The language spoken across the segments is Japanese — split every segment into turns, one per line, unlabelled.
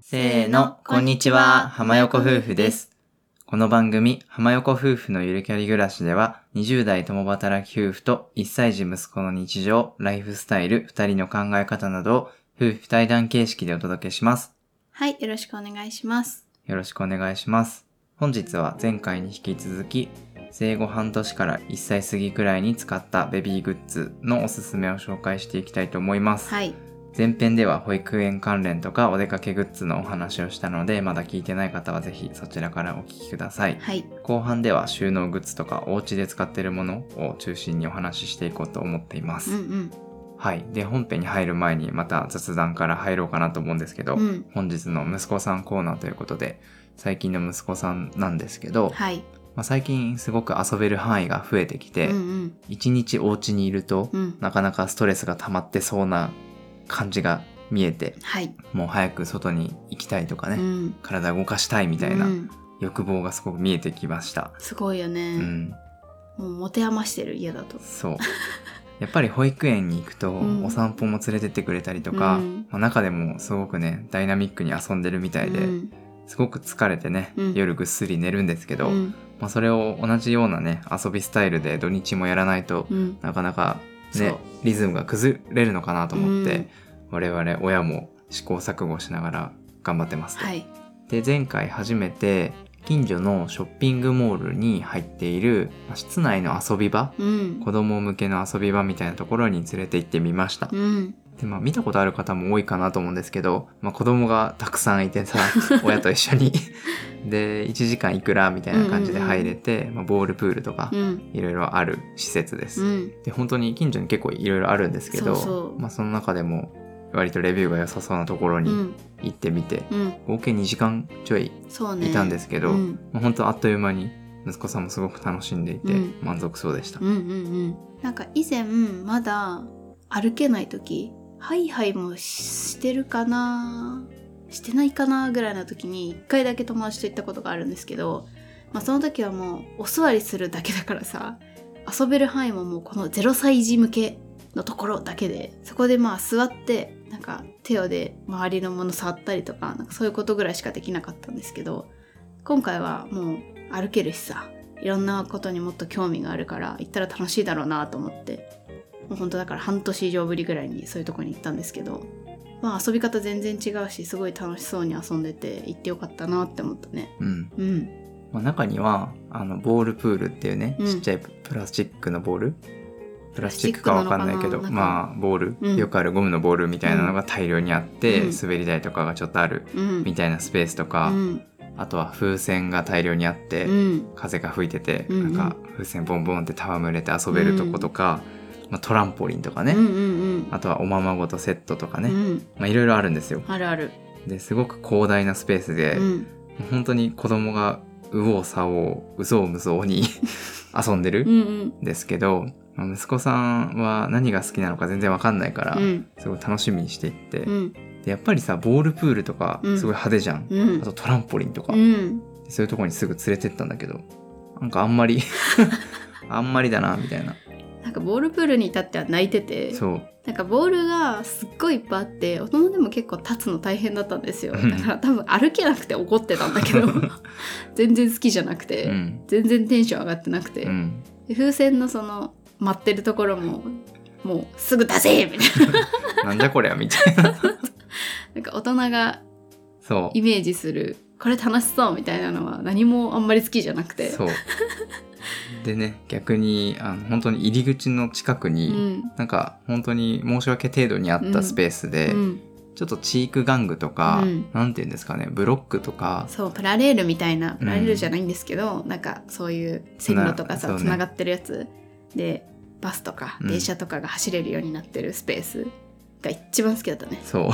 せーの、こんにちは、浜横夫婦です。この番組、浜横夫婦のゆるキャリ暮らしでは、20代共働き夫婦と1歳児息子の日常、ライフスタイル、2人の考え方などを夫婦対談形式でお届けします。
はい、よろしくお願いします。
よろしくお願いします。本日は前回に引き続き、生後半年から1歳過ぎくらいに使ったベビーグッズのおすすめを紹介していきたいと思います。
はい、
前編では保育園関連とかお出かけグッズのお話をしたのでまだ聞いてない方はぜひそちらからお聞きください
はい、
後半では収納グッズとかお家で使っているものを中心にお話ししていこうと思っていま
う
す、
ん
はいで本編に入る前にまた雑談から入ろうかなと思うんですけど、
うん、うん、
本日の息子さんコーナーということで最近の息子さんなんですけど、
はい、
まあ、最近すごく遊べる範囲が増えてき
う
て、
んうん、
一日お家にいると
うん、
なかなかストレスが溜まってそうな感じが見えて
はい、
もう早く外に行きたいとかね、
うん、み
体動かしたいみたいな
うん、
欲望がすごく見えてきました
すごいよ
う
ね。
ん、
もう持て余してる家だと。
そう やっぱり保育園に行くと
ん
お散歩も連れてってくれたりとか、
うん
まあ中でもすごくねダイナミックに遊んでるみたいで、
うん
すごく疲れてね、
うん
夜ぐっすり寝るんですけど、
うん、
まあ、それを同じようなね遊びスタイルで土日もやらないと、
うん、
なかなか
そ
ね
う
リズムが崩れるのかなと思って、
うん
我々親も試行錯誤しながら頑張ってますと、
はい、
で前回初めて近所のショッピングモールに入っているまあ室内の遊び場
うん、
子供向けの遊び場みたいなところに連れて行ってみました
うん、
で、まあ、見たことある方も多いかなと思うんですけど、まあ、子供がたくさんいて さ親と一緒にで1時間いくらみたいな感じで入れて、まあ、ボールプールとか
うん、
いろいろある施設です、
うん、
で本当に近所に結構いろいろあるんですけど
そうそう
まあ、その中でも割とレビューが良さそうなところ
う
に
ん、
行ってみて、
うん、
合計2時間ちょい
そうね。
いたんですけど、
うん、
まあ本当あっという間に息子さんもすごく楽しんでいて
うん
満足そうでした、
うん、うん、うん。なんか以前まだ歩けない時、ハイハイもしてるかな、してないかなぐらいの時に一回だけ友達と行ったことがあるんですけど、まあその時はもうお座りするだけだからさ、遊べる範囲ももうこの0歳児向けのところだけで、そこでまあ座ってなんか手をで周りのもの触ったりとか、なんかそういうことぐらいしかできなかったんですけど、今回はもう歩けるしさ、いろんなことにもっと興味があるから行ったら楽しいだろうなと思ってもう本当だから半年以上ぶりぐらいにそういうとこに行ったんですけどまあ遊び方全然違うしすごい楽しそうに遊んでて行ってよかったなって思ったね
うん
うん
まあ、中にはあのボールプールっていうね、
うん
ちっちゃいプラスチックのボールプラ
ラ
ス
ス
チ
チ
ッ
ッ
ク
ク
か
な
わ
の
か
かな
な
ん
いけど
なんか
まあボール、
うん
よくあるゴムのボールみたいなのが大量にあって、
うん
滑り台とかがちょっとある
うん
みたいなスペースと
う
か、
ん
あとは風船が大量にあって、
うん
風が吹いてて、
うんうん
なんか風船ボンボンって戯れて遊べるとことか、まあ、トランポリンとかね、
うんうん
あとはおままごとセットとか
う
ね、
んうん
まあ、いろいろあるんですよ。
あるある
ですごく広大なスペースで、
うん
本当に子供が右往左往右往無双に 遊んで
う
る
んうん
んですけど、まあ息子さんは何が好きなのか全然わかんないから、
うん
すごい楽しみにしていって、
うん
でやっぱりさボールプールとか
うん
すごい派手じゃん、
うん
あとトランポリンとか、
うん
そういうとこにすぐ連れてったんだけどなんかあんま りあんまりだなみたいな
なんかボールプールに至っては泣いてて
そう
なんかボールがすっごいいっぱいあって大人でも結構立つの大変だったんですよ
うん
だから多分歩けなくて怒ってたんだけど 全然好きじゃなくて、
うん
全然テンション上がってなくて、
うん
で風船のその待ってるところももうすぐ出せみたいな
なんじゃこりゃみたいな
なんか大人が
そ
イメージするこれ楽しそうみたいなのは何もあんまり好きじゃなく
う
て
そうでね逆にあの本当に入り口の近くに、
ん
なんか本当に申し訳程度にあったスペースで、
うん、
ちょっとチーク玩具とか、
うん
なんていうんですかねブロックとか
そうプラレールみたいなプラレールじゃないんですけど、なんかそういう線路とか
つ
さ
な
つ
そうね
な、がってるやつでバスとか
うん
電車とかが走れるようになってるスペースが一番好きだったね。
そう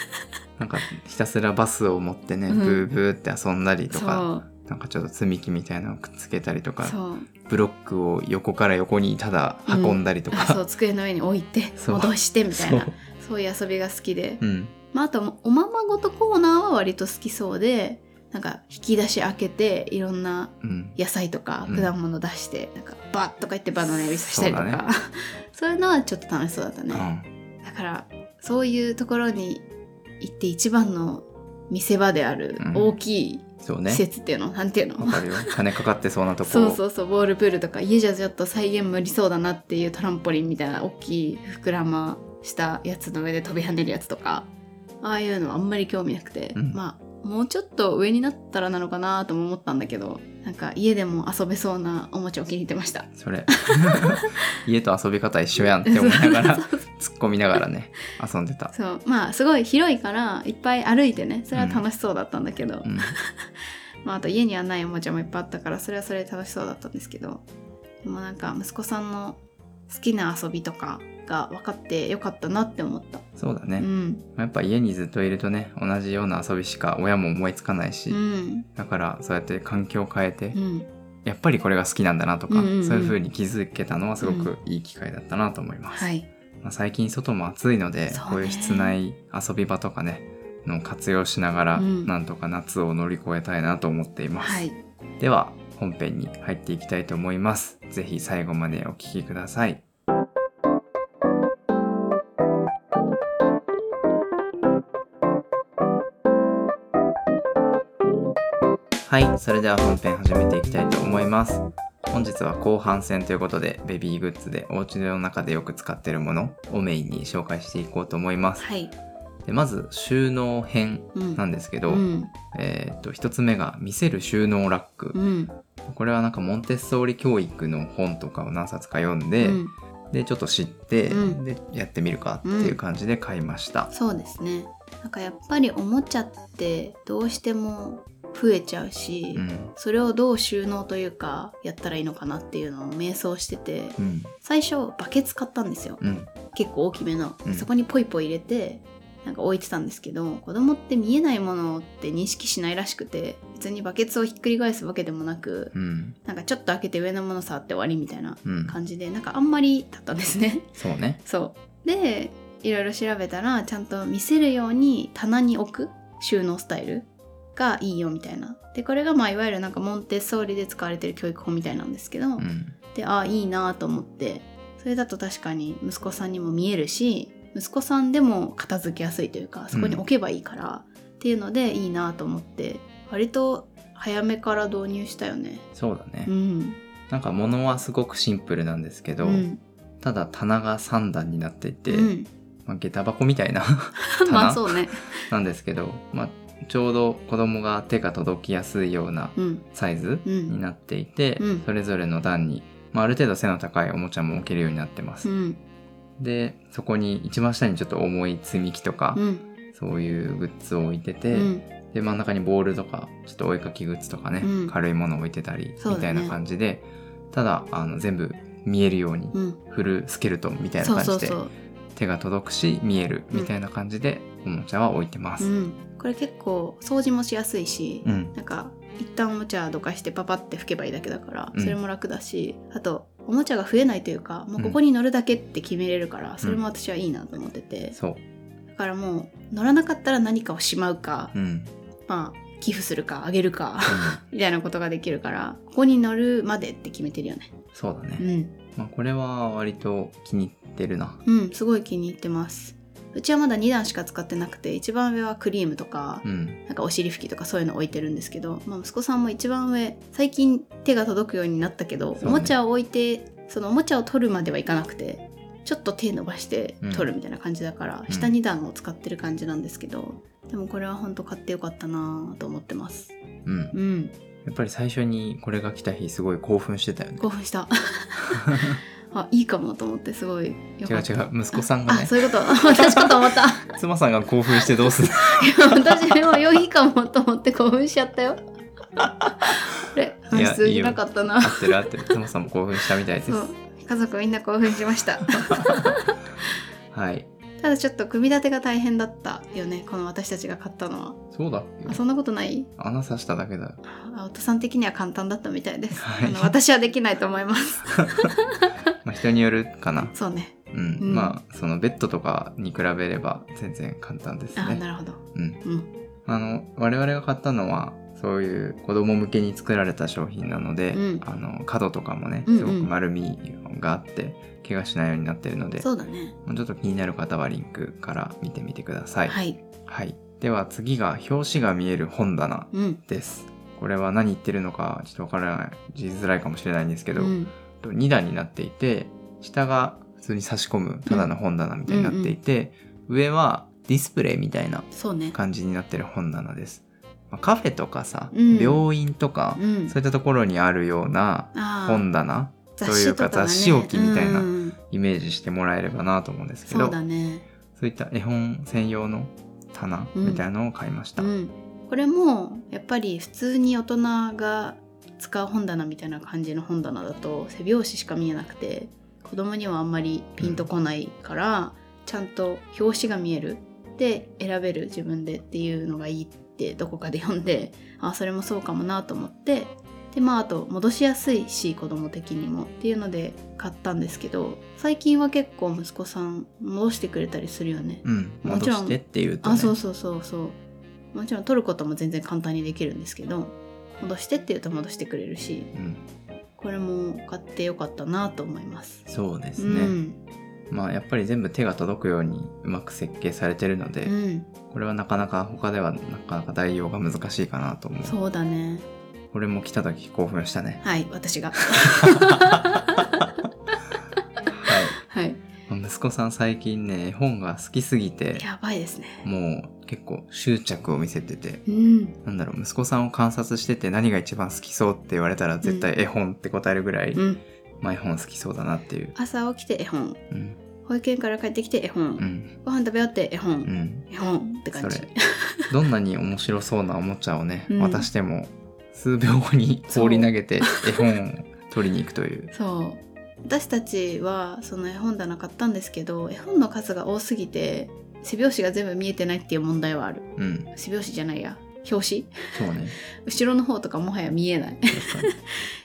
なんかひたすらバスを持ってね、
うん
ブーブーって遊んだりと
そ
か
う
なんかちょっと積み木みたいなのをくっつけたりとか
そう
ブロックを横から横にただ運んだりと
あそ
か、
う机の上に置いて
そう
戻してみたいな
そ
そうういう遊びが好きで、
うん
まあ、あとおままごとコーナーは割と好きそうでなんか引き出し開けていろんな
うん
野菜とか
うん
果物出して、なんかバッとか言ってバナナ指さしたりと
そ
か
うだ
そういうのはちょっと楽しそうだった
う
ね。
ん
だからそういうところに行って一番の見せ場である
うん
大きい
そうね
施。設っていうの、なんていうの
わかるよ。金かかってそうなとこ
そうそうそうボールプールとか家じゃちょっと再現無理そうだなっていうトランポリンみたいな大きい膨らましたやつの上で飛び跳ねるやつとかああいうのはあんまり興味なくて、
うん
まあもうちょっと上になったらなのかなとも思ったんだけどなんか家でも遊べそうなおもちゃを気に入ってました。
それ。家と遊び方一緒やんって思いながら
そう、そう
突っ込みながらね、遊んでた。
そうまあすごい広いからいっぱい歩いてねそれは楽しそうだったんだけど、
うん。
まあ、あと家にはないおもちゃもいっぱいあったからそれはそれで楽しそうだったんですけどでもなんか息子さんの好きな遊びとかが分かってよかったなって思った、
そうだ
う
ね。
ん
やっぱ家にずっといるとね、同じような遊びしか親も思いつかないし、
うん
だからそうやって環境を変えて、
うん
やっぱりこれが好きなんだなとか、
うんうんうん
そういう風に気づけたのはすごくいい機会だったなと思います。
はい
まあ、最近外も暑いので、
そうね
こういう室内遊び場とかね、の活用しながら、
うん
なんとか夏を乗り越えたいなと思っています。
はい
では本編に入っていきたいと思います。ぜひ最後までお聞きください。はい、それでは本編始めていきたいと思います。本日は後半戦ということで、ベビーグッズでお家の中でよく使っているものをメインに紹介していこうと思います。
はい
でまず収納編
うん
なんですけど、
うん
えーっと1つ目が見せる収納ラック、
うん
これはなんかモンテッソーリ教育の本とかを何冊か読んで、
うん
でちょっと知って、
うん
でやってみるかっていう感じで買いました、
そうですねなんかやっぱりおもちゃってどうしても増えちゃうし、
うん
それをどう収納というかやったらいいのかなっていうのを迷走してて
うん
最初バケツ買ったんですよ
うん
結構大きめの、
うん
そこにポイポイ入れてなんか置いてたんですけど子供って見えないものって認識しないらしくて別にバケツをひっくり返すわけでもなく
うん
なんかちょっと開けて上のもの触って終わりみたいな
うん
感じでなんかあんまりだったんで すね
そうね
そうでいろいろ調べたらちゃんと見せるように棚に置く収納スタイルがいいよみたいなでこれがまあいわゆるなんかモンテッソーリで使われてる教育法みたいなんですけど、
うん
であいいなと思ってそれだと確かに息子さんにも見えるし息子さんでも片付けやすいというかそこに置けばいいから、っていうのでいいなと思って割と早めから導入したよね
そうだね、
うん
なんか物はすごくシンプルなんですけど、
うん
ただ棚が3段になっていて、
うん、
まあ、下駄箱みたいな棚
まあそうね
なんですけど、まあ、ちょうど子供が手が届きやすいような
うん
サイズ
うん
になっていて、
うん
それぞれの段に、まあ、ある程度背の高いおもちゃも置けるようになってます
う、ん
でそこに一番下にちょっと重い積み木とか、
うん
そういうグッズを置いてて、
うん
で真ん中にボールとかちょっとお絵かきグッズとかね、
うん
軽いものを置いてたり、
そう
み
だ
た
ね
いな感じでただあの全部見えるように、
うん
フルスケルトンみたいな
そう
感じで
そうそう
手が届くし見える
うん
みたいな感じで、おもちゃは置いてま
う
す。
んこれ結構掃除もしやすいし、
うん
なんか一旦おもちゃどかしてパパって拭けばいいだけだから
うん
それも楽だし、あとおもちゃが増えないというかもうここに乗るだけって決めれるから、それも私はいいなと思ってて、
そう、
だからもう乗らなかったら何かをしまうか、
うんうん
まあ寄付するかあげるか みたいなことができるからここに乗るまでって決めてるよね
そうだね、
うん
まあ、これは割と気に入ってるな。
うんすごい気に入ってますうちはまだ2段しか使ってなくて一番上はクリームとか、
うん、
なんかお尻拭きとかそういうの置いてるんですけど、まあ、息子さんも一番上最近手が届くようになったけど、
そう
お
ね
もちゃを置いてそのおもちゃを取るまではいかなくてちょっと手伸ばして取るみたいな感じだから、
うん
下2段を使ってる感じなんですけどでもこれは本当買ってよかったなぁと思ってます
うん
うん
やっぱり最初にこれが来た日すごい興奮してたよね。
興奮した あいいかもと思ってすごいよ
違う
かった
違う息子さんが
あ
ね
そういうこと私かと思ったい
妻さんが興奮してどうする
や私も良いかもと思って興奮しちゃった よあれ
いや
話通じなかったな
合ってる合ってる 妻さんも興奮したみたいです
そう家族みんな興奮しました
はい
ただちょっと組み立てが大変だったよねこの私たちが買ったのは
そうだっ
あ
け
そんなことない
穴刺しただけだ
あお父さん的には簡単だったみたいです、
はい
あの私はできないと思います
まあ人によるかな
そうね
うん、
うん
まあそのベッドとかに比べれば全然簡単です
あな
ね
るほど
うん
うん
あの我々が買ったのはそういう子供向けに作られた商品なので、
うん
あの角とかもね
うんうん
すごく丸みがあって怪我しないようになってるので、
そうだね
もうちょっと気になる方はリンクから見てみてくださ
はい、
はい。では次が表紙が見える本棚
うん
です。これは何言ってるのかちょっとわからない、字づらいかもしれないんですけ
う
ど、
ん
2段になっていて、下が普通に差し込むただの本棚みたいになっていて、上はディスプレイみたいな
そうね
感じになってる本棚です。まあカフェとかさ、
うん
病院とか、
うん
そういったところにあるような
あー
本棚
雑
という
誌
か
とか
雑誌置きみたいな
うんうんうん
イメージしてもらえればなと思うんですけ
そ
ど
うだね
そういった絵本専用の棚みたいなのを買いました。
うん、これもやっぱり普通に大人が使う本棚みたいな感じの本棚だと背表紙しか見えなくて子供にはあんまりピンとこないから、ちゃんと表紙が見えるで選べる自分でっていうのがいいってどこかで読んであそれもそうかもなと思ってでまああと戻しやすいし子供的にもっていうので買ったんですけど最近は結構息子さん戻してくれたりするよね。
うん、
も
戻
ちろん
してっていうと、ね、
あそうそうそうそうもちろん取ることも全然簡単にできるんですけど戻してって言うと戻してくれるし
うん、
これも買ってよかったなと思います
そうです
う
ね、
ん
まあやっぱり全部手が届くようにうまく設計されてるので、
うん
これはなかなか他ではなかなか代用が難しいかなと思う
そうだね
これも来た時興奮した ね
はい私が
は
はい
い息子さん最近ね絵本が好きすぎて
やばいですね
もう結構執着を見せてて
うん
なんだろう息子さんを観察してて何が一番好きそうって言われたら絶対絵本って答えるぐらい、
うん
まあ絵本好きそうだなっていう
朝起きて絵本
うん
保育園から帰ってきて絵本、
うん
ご飯食べようって絵本、
うん
絵本って
そ
感じ
れどんなに面白そうなおもちゃをね、
うん
渡しても数秒後に放り投げて絵本を取りに行くという
そう私たちはその絵本棚買ったんですけど絵本の数が多すぎて背表紙が全部見えてないっていう問題はある
うん
背表紙じゃないや表紙
そ うね
後ろの方とかもはや見えない
確 かに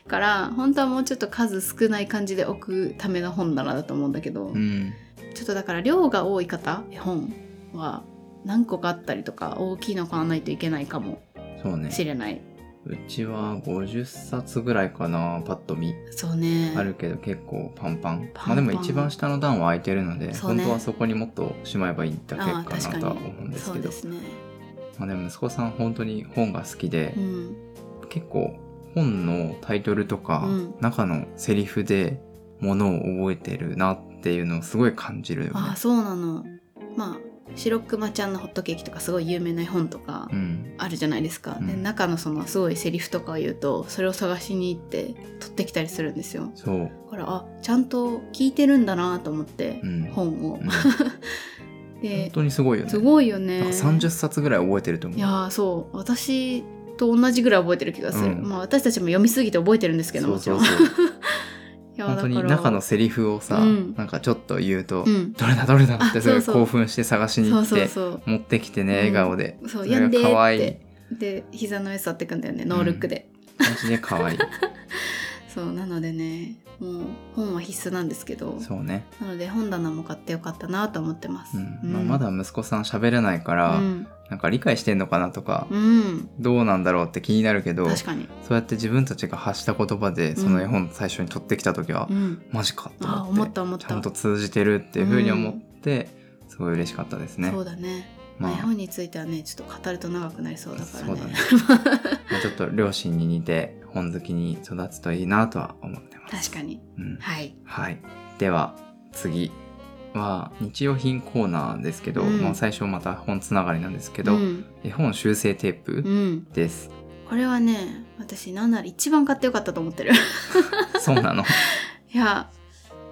から本当はもうちょっと数少ない感じで置くための本棚だと思うんだけど、
うん
ちょっとだから量が多い方絵本は何個かあったりとか大きいの買わないといけないかも
そうね
しれない、
うちは50冊ぐらいかなパッと見
そうね
あるけど結構パンパン
パンパン
まあでも一番下の段は空いてるので、
そう
本
ね
当はそこにもっとしまえばいいだけ
ああ
か
確
なと
か
は
に
思うんです
そ
け
う
ど
ですね
まあでも息子さん本当に本が好きで
う、ん
結構本のタイトルとか、
うん
中のセリフでものを覚えてるなっていうのをすごい感じるよね
ああそうなのまあ白熊ちゃんのホットケーキとかすごい有名な絵本とか、
うん
あるじゃないですか、
うん
で中のそのすごいセリフとかを言うとそれを探しに行って取ってきたりするんですよ
そう、
だからあちゃんと聞いてるんだなと思って、
うん
本を、
うん本
で
当にすごいよね
すごいよね
なんか30冊ぐらい覚えてると思う
いやーそう私と同じぐらい覚えてる気がする、
うん
まあ私たちも読みすぎて覚えてるんですけど
そ
も
う
ち
そ
ろ
うんそう
いやー
本当に
だから
中のセリフをさ、
うん
なんかちょっと言うと、
うん
どれだどれだ
あ
ってそれ
そうそう
興奮して探しに
そ
行っ
う
て
そうそう
持ってきてね
うん
笑顔で、
そう
れ
やんでーって
可愛い
で膝の上座ってくんだよねノールックで、
マジで可愛い
そうなのでねもう本は必須なんですけど
そうね、
なので本棚も買ってよかったなと思ってます。
うん
うん
まあ、まだ息子さん喋れないから、
うん、
なんか理解してんのかなとか、
うん、
どうなんだろうって気になるけど
確かに。
そうやって自分たちが発した言葉でその絵本最初に取ってきた時は、
うん、
マジかと
あ
思
思
っ
ってた思っ
ちゃん
た
と。通じてるっていうふうに思って、すごい嬉しかったですね。
そうだね。ま
ま
あ、絵
あ
本についてはねちょっと語ると長くなりそうだからね。
そうだねまあちょっと両親に似て本好きに育つといいなとは思ってます。
確かに。
うん
はい。
はい。では、次は日用品コーナーですけど、
うん
まあ最初また本つながりなんですけど、
うん、
絵本修正テー
う
プ
ん、
です。
これはね私なんなら一番買ってよかったと思ってる。
そうなの。
いや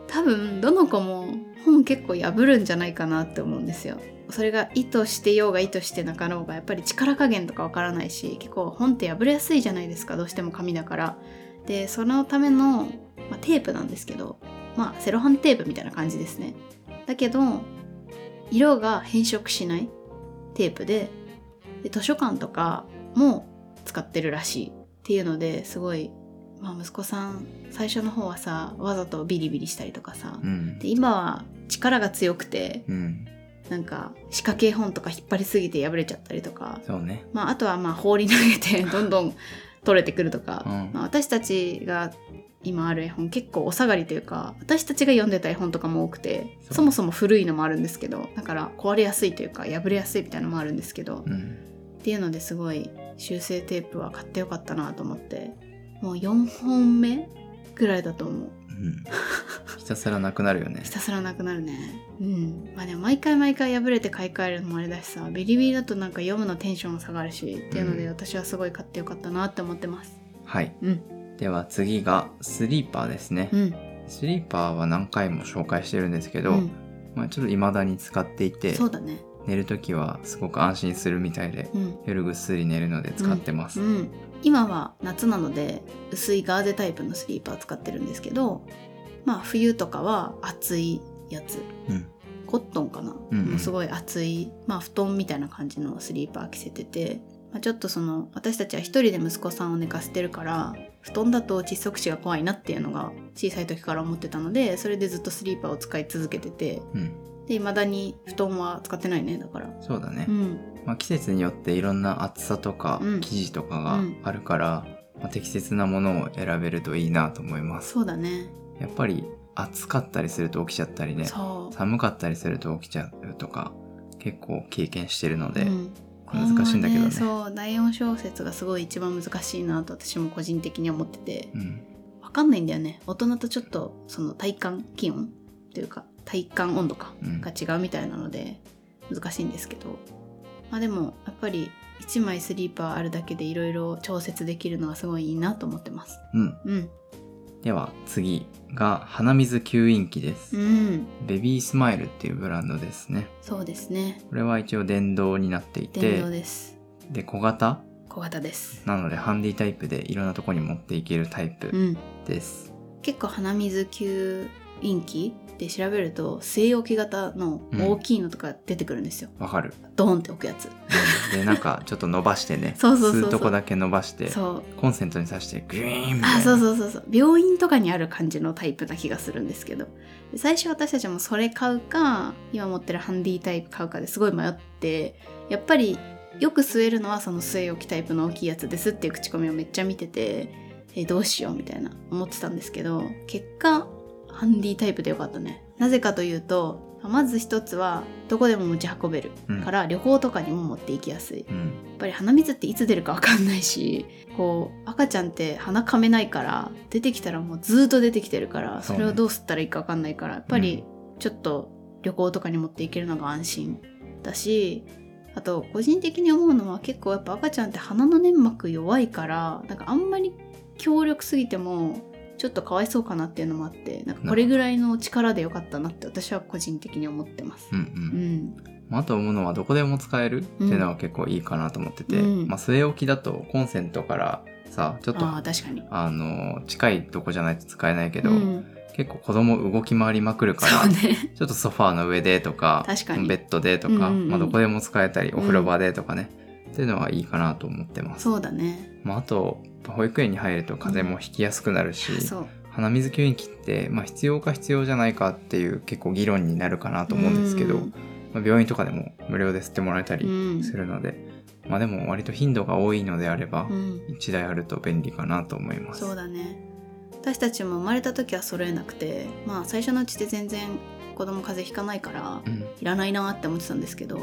多分どの子も本結構破るんじゃないかなって思うんですよ。それが意図してようが意図してなかろうがやっぱり力加減とかわからないし結構本って破れやすいじゃないですかどうしても紙だから。でそのための、まあ、テープなんですけどまあセロハンテープみたいな感じですね。だけど色が変色しないテープでで図書館とかも使ってるらしいっていうのですごい、まあ、息子さん最初の方はさわざとビリビリしたりとかさ
うん。
で今は力が強くて
うん。
なんか仕掛け本とか引っ張りすぎて破れちゃったりとか、
そうね。
まあ、あとはまあ放り投げてどんどん取れてくるとか、
うん
まあ、私たちが今ある絵本結構お下がりというか私たちが読んでた絵本とかも多くて
そう
そもそも古いのもあるんですけどだから壊れやすいというか破れやすいみたいなのもあるんですけど、
うん。
っていうのですごい修正テープは買ってよかったなと思ってもう4本目ぐらいだと思う
うん。 ひたすらなくなるよね
ひ。たすらなくなるねうんまあでも毎回毎回破れて買い替えるのもあれだしさビリビリだとなんか読むのテンションが下がるしっていうの
うん
で私はすごい買ってよかったなって思ってます
はい。
うん
では次がスリーパーですね。
うん
スリーパーは何回も紹介してるんですけど、
うん
まあちょっと未だに使っていて、
そうだね
寝るときはすごく安心するみたいで、
うん
夜ぐっすり寝るので使ってます。
うん今は夏なので薄いガーゼタイプのスリーパー使ってるんですけどまあ冬とかは厚いやつ
うん。
コットンかな、
うんうん
もうすごい厚い、まあ、布団みたいな感じのスリーパー着せてて、まあ、ちょっとその私たちは一人で息子さんを寝かせてるから布団だと窒息死が怖いなっていうのが小さい時から思ってたのでそれでずっとスリーパーを使い続けてて
うん。
で未だに布団は使ってないねだから。
そうだね。
うん、
まあ、季節によっていろんな厚さとか
うん
生地とかがあるから、まあ適切なものを選べるといいなと思います
そうだね
やっぱり暑かったりすると起きちゃったりね
そう
寒かったりすると起きちゃうとか結構経験してるので、
うん
難しいんだけどね
このままそう第4小節がすごい一番難しいなと私も個人的には思ってて
うん
わかんないんだよね大人とちょっとその体感気温というか体感温度か
うん
が違うみたいなので難しいんですけどまあでもやっぱり1枚スリーパーあるだけでいろいろ調節できるのはすごいいいなと思ってます
うん
うん
では次が鼻水吸引器です、
うん
ベビースマイルっていうブランドですね
そうですね
これは一応電動になっていて
電動です
で小型
小型です
なのでハンディタイプでいろんなとこに持っていけるタイ
う
プ
ん
です、
結構鼻水吸引器で調べると据え置き型の大きいのとか出てくるんですよ、
わかる
ドーンって置くやつ
でなんかちょっと伸ばしてね
そうそうそう
吸
そう
うとこだけ伸ばして
そう
コンセントに挿してグイーンみたいな
あそうそうそうそう病院とかにある感じのタイプな気がするんですけどで最初私たちもそれ買うか今持ってるハンディタイプ買うかですごい迷ってやっぱりよく吸えるのはその据え置きタイプの大きいやつですっていう口コミをめっちゃ見ててえどうしようみたいな思ってたんですけど結果ハンディタイプでよかったねなぜかというとまず一つはどこでも持ち運べる
うん
から旅行とかにも持っていきやすい
うん
やっぱり鼻水っていつ出るか分かんないしこう赤ちゃんって鼻かめないから出てきたらもうずっと出てきてるから
そう
そ
ね
れをどう吸ったらいいか分かんないから、やっぱりちょっと旅行とかに持っていけるのが安心だしあと個人的に思うのは結構やっぱ赤ちゃんって鼻の粘膜弱いからなんかあんまり強力すぎてもちょっとかわいそうかなっていうのもあってなんかこれぐらいの力でよかったなって私は個人的に思ってます。
うんう
うんん、
まああと思うのはどこでも使えるっていうのは結構いいかなと思ってて、
うん
まあ、据え置きだとコンセントからさちょっと
ああ
あ
確かに。
の近いとこじゃないと使えないけど、
うん、
結構子供動き回りまくるか
そ
ら、
うね。
ちょっとソファーの上でとか
確かに
ベッドでとか、
うんうんうん
まあ、どこでも使えたりお風呂場でとかね、っていうのはいいかなと思ってます。
そうだね。
まあ、あと保育園に入ると風邪もひきやすくなるし、
そう
鼻水吸引器って、まあ、必要か必要じゃないかっていう結構議論になるかなと思うんですけど、
うん
まあ、病院とかでも無料で吸ってもらえた
う
り
ん
するので、まあ、でも割と頻度が多いのであれば
う、ん、
1台あると便利かなと思います。
そうだね私たちも生まれた時は揃えなくてまあ最初のうちで全然子供風邪ひかないから
うん、
いらないなって思ってたんですけど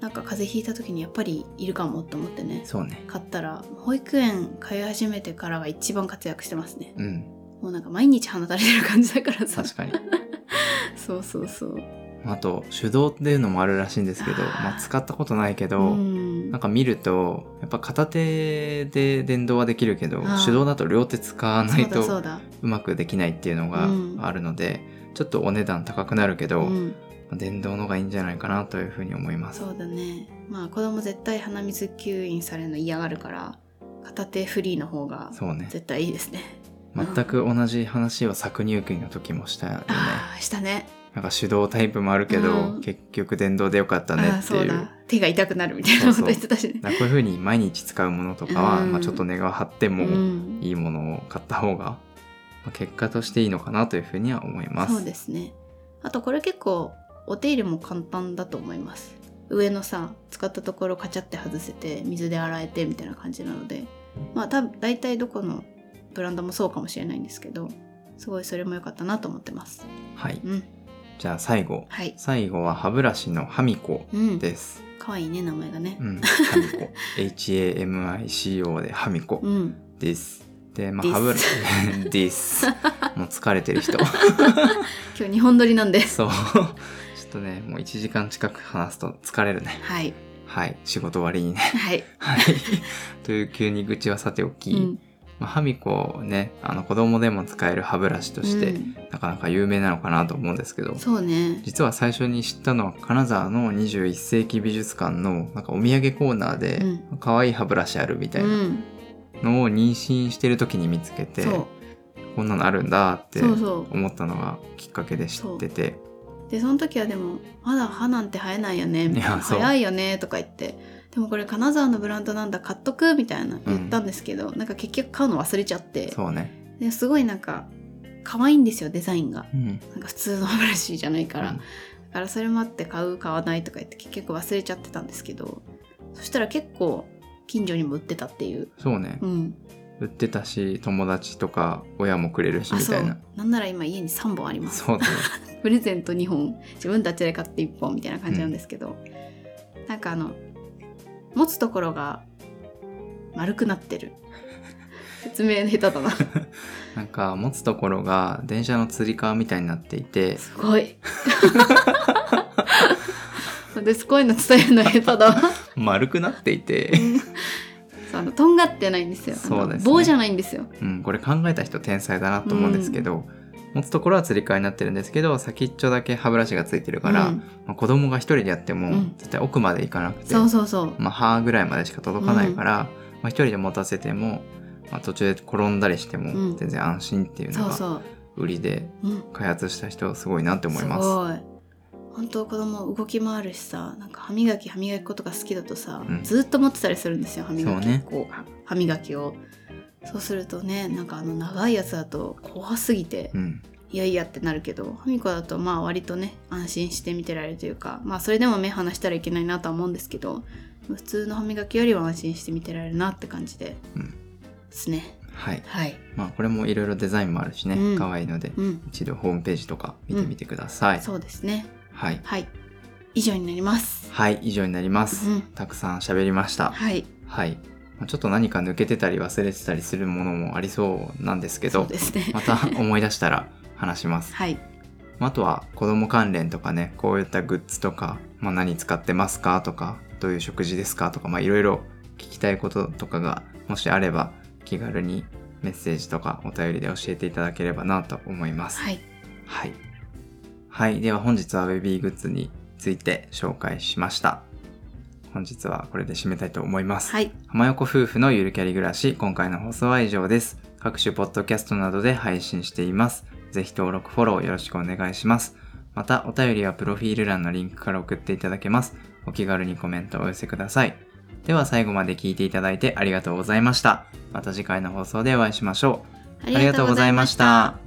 なんか風邪ひいた時にやっぱりいるかもって思ってね
そうね、
買ったら保育園通い始めてからが一番活躍してますね
うん、
もうなんか毎日放たれてる感じだからさ
確かに
そうそうそう
あと手動っていうのもあるらしいんですけど、
あー
まあ、使ったことないけど、
うん
なんか見るとやっぱ片手で電動はできるけど
あー
手動だと両手使わな
そ
いう
だそ
と
うだ
うまくできないっていうのが
うん
あるので、ちょっとお値段高くなるけど、
うん
電動のがいいんじゃないかなというふうに思います。
そうだねまあ子供絶対鼻水吸引されるの嫌がるから片手フリーの方が
そうね
絶対いいですね
全く同じ話を搾乳機の時もしたよね
ああしたね
なんか手動タイプもあるけど、
うん
結局電動でよかったね
ああ
って
そ
いううだ
だ手が痛くなるみたいなこと言ってたしね
からこういうふうに毎日使うものとかは、
うん
まあ、ちょっと値が張って
う
も
ん
いいものを買った方が、まあ結果としていいのかなというふうには思います
そうですねあとこれ結構お手入れも簡単だと思います上のさ使ったところカチャって外せて水で洗えてみたいな感じなのでまあ多分大体どこのブランドもそうかもしれないんですけどすごいそれも良かったなと思ってます
はい。
うん
じゃあ最後。
はい
最後は歯ブラシのハミコ
うん
です。
可愛いね名前がね
うん。ハミ コ。H-A-M-I-C-O でハミコ
うん、
です。で、ま
で
あ、
す
歯ブラシ です。もう疲れてる人。
今日日本撮りなんで
そう。ちょっとね、もう1時間近く話すと疲れるね。
はい
はい。仕事終わりにね。
はい、
はい。 という急に愚痴はさておき、
うん
まあ、ハミコね、あの子供でも使える歯ブラシとして、
うん
なかなか有名なのかなと思うんですけど、
そうね
実は最初に知ったのは金沢の21世紀美術館のなんかお土産コーナーで
う
可愛い歯ブラシあるみたいうなんのを妊娠してる時に見つけて、
そ
こんなのあるんだっ
う
て
そうそう
思ったのがきっかけで知ってて
でその時はでも「まだ歯なんて生えないよね」みたいない
やそう
早いよね」とか言って「でもこれ金沢のブランドなんだ買っとく」みたいな言ったんですけど、なんか結局買うの忘れちゃって
そうね、
ですごいなんか可愛いんですよデザインが
うん、
なんか普通の歯ブラシじゃないから、
うん
だからそれもあって買う買わないとか言って結局忘れちゃってたんですけどそしたら結構近所にも売ってたっていう
そうね、
うん
売ってたし友達とか親もくれるし
あ
み
そ
たいうな
なんなら今家に3本あります
そうだね
プレゼント2本自分たちで買って1本みたいな感じなんですけど、なんかあの持つところが丸くなってる説明下手だな
なんか持つところが電車のつり革みたいになってい て
すごい私こういうの伝えるの下手だわ
丸くなっていて、
そうあのとんがってないんですよあの
そうですね
棒じゃないんですよ
うん、これ考えた人天才だなと思うんですけど、持つところはつり革になってるんですけど先っちょだけ歯ブラシがついてるから、
うん
まあ、子供が一人でやっても、
うん
絶対奥まで行かなくて
そうそうそう
まあ、歯ぐらいまでしか届かないから、まあ、一人で持たせても、まあ、途中で転んだりして
う
も
ん
全然安心っていう
そ
の
う
が
そう、
売りで
うん、
開発した人すごいなって思います。
すごい本当子供動き回るしさなんか歯磨き歯磨き粉とか好きだとさ、
うん
ずっと持ってたりするんですよ歯磨
そう
き
ね
粉、は歯磨きをそうするとねなんかあの長いやつだと怖すぎて、
うん、
いやいやってなるけど歯ミコだとまあ割とね安心して見てられるというかまあそれでも目離したらいけないなとは思うんですけど普通の歯磨きよりは安心して見てられるなって感じで、
うん
ですね
はい、
はい
まあ、これもいろいろデザインもあるしね、
うん
可愛いので、
うん
一度ホームページとか見てみてください。
そうですね
はい、
はい以上になります
はい、以上になります。
うん
たくさん喋りました。
はい
はい、まあちょっと何か抜けてたり忘れてたりするものもありそうなんですけ
そ
ど
う、ですね
また思い出したら 話します。
はい
まああとは子供関連とかねこういったグッズとか、まあ、何使ってますかとかどういう食事ですかとかまあいろいろ聞きたいこととかがもしあれば気軽にメッセージとかお便りで教えていただければなと思います。
はい
はい、はい、では本日はベビーグッズについて紹介しました。本日はこれで締めたいと思います。
はい
浜横夫婦のゆるキャリ暮らし、今回の放送は以上です。各種ポッドキャストなどで配信しています。ぜひ登録、フォローよろしくお願いします。また、お便りはプロフィール欄のリンクから送っていただけます。お気軽にコメントをお寄せください。では最後まで聞いていただいてありがとうございました。また次回の放送でお会いしましょう。ありがとうございました。